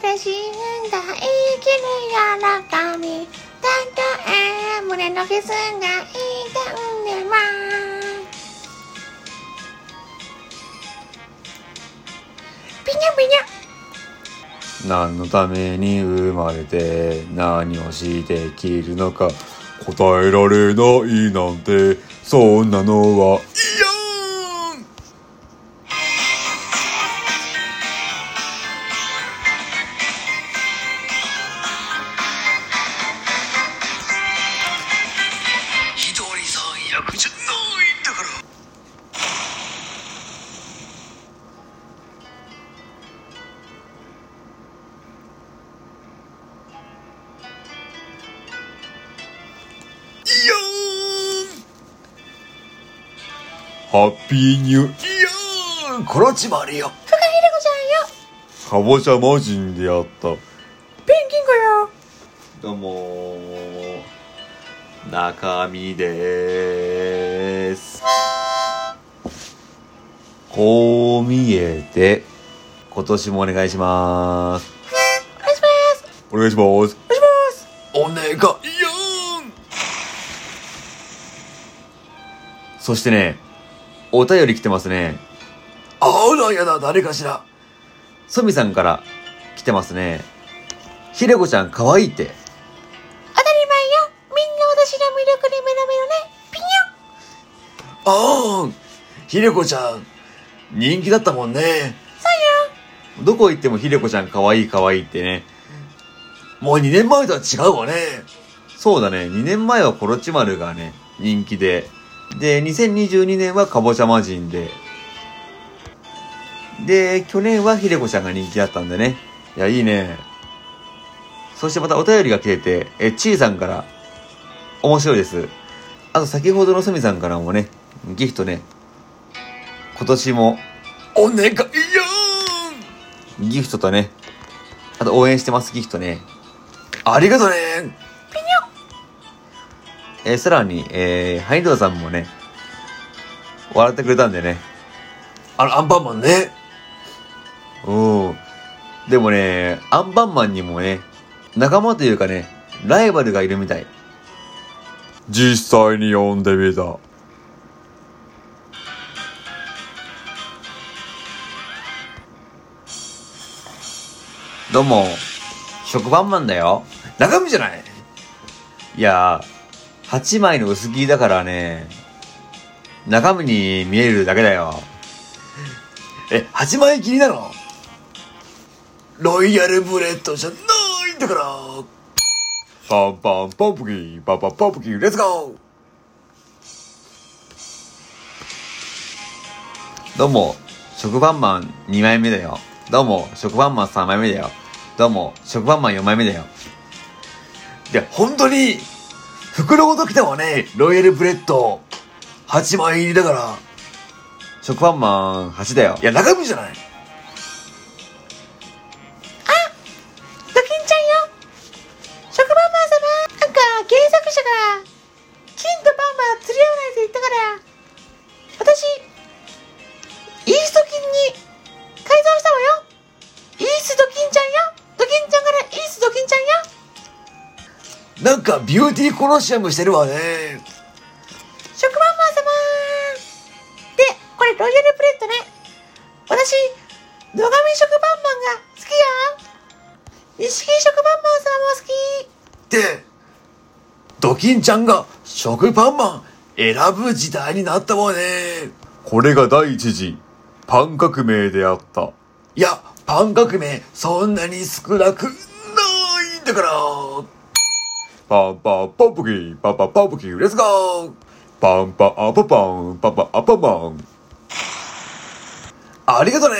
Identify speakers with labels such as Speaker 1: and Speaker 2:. Speaker 1: で死んだ生きるやらかみたとえ胸の傷が痛んでますビニャビニャ
Speaker 2: 何のために生まれて何をして生きるのか答えられないなんてそんなのは
Speaker 3: 一人三役じゃないんだから
Speaker 2: ハッピーニュー
Speaker 3: いやーコロチマリよ
Speaker 1: ふかひれこちゃんよ
Speaker 2: かぼちゃ魔人であった
Speaker 1: ペンギンゴよ
Speaker 3: どうもー中身でーす
Speaker 2: こう見えて今年もお願いします
Speaker 1: お願いします
Speaker 2: お願いします
Speaker 1: お願いします
Speaker 3: お願いよ
Speaker 2: そしてねお便り来てますね
Speaker 3: あらやだ誰かしら
Speaker 2: ソミさんから来てますねひれこちゃんかわいいって
Speaker 1: 当たり前よみんな私の魅力にメロメロねピニャ
Speaker 3: あーひれこちゃん人気だったもんね
Speaker 2: どこ行ってもひれこちゃんかわいいかわいいってね
Speaker 3: もう2年前とは違うわね
Speaker 2: そうだね、2年前はコロチマルがね、人気で。で、2022年はカボチャ魔人で。で、去年はヒレコちゃんが人気だったんでね。いや、いいね。そしてまたお便りが来てて、え、チーさんから、面白いです。あと先ほどのソミさんからもね、ギフトね、今年も
Speaker 3: お願いよ
Speaker 2: ギフトとね、あと応援してますギフトね。
Speaker 3: ありがとね
Speaker 2: えーさらに、えー、ハイドーさんもね、笑ってくれたんでね。
Speaker 3: あのアンパンマンね
Speaker 2: うん。でもね、アンパンマンにもね、仲間というかね、ライバルがいるみたい。実際に読んでみた。どうも、食パンマンだよ。
Speaker 3: 中身じゃない
Speaker 2: いやー、8枚の薄切りだからね、中身に見えるだけだよ。
Speaker 3: え8枚切りなのロイヤルブレッドじゃないんだから
Speaker 2: パンパンパンプキン、パンパンパンプキン、レッツ
Speaker 3: レッツゴ
Speaker 2: どうも、食パンマン2枚目だよ。どうも、食パンマン3枚目だよ。どうも、食パンマン4枚目だよ。
Speaker 3: ーいや本当に袋ごと来たわねロイヤルブレッド8枚入りだから
Speaker 2: 食パンマン8だよ。
Speaker 3: いや中身じゃない
Speaker 1: ドキンちゃんよ食パンマン様なんか原作者が金とパンは釣り合わないと言ったから私イースト菌に改造したわよイースト菌ちゃんよドキンちゃんからイースト菌ちゃんよ
Speaker 3: なんかビューティーコロシアムしてるわね
Speaker 1: 食パンマン様でこれロイヤルプレートね私野上食パンマンが好きやん錦井食パンマン様も好き
Speaker 3: でドキンちゃんが食パンマン選ぶ時代になったわね
Speaker 2: これが第一次、パン革命であった。
Speaker 3: いやパン革命そんなに少なくないんだから
Speaker 2: パンパンパンプキン、パンパンパンプキン、レッツゴーパンパンアパパン、パンパンアパマン。
Speaker 3: ありがとね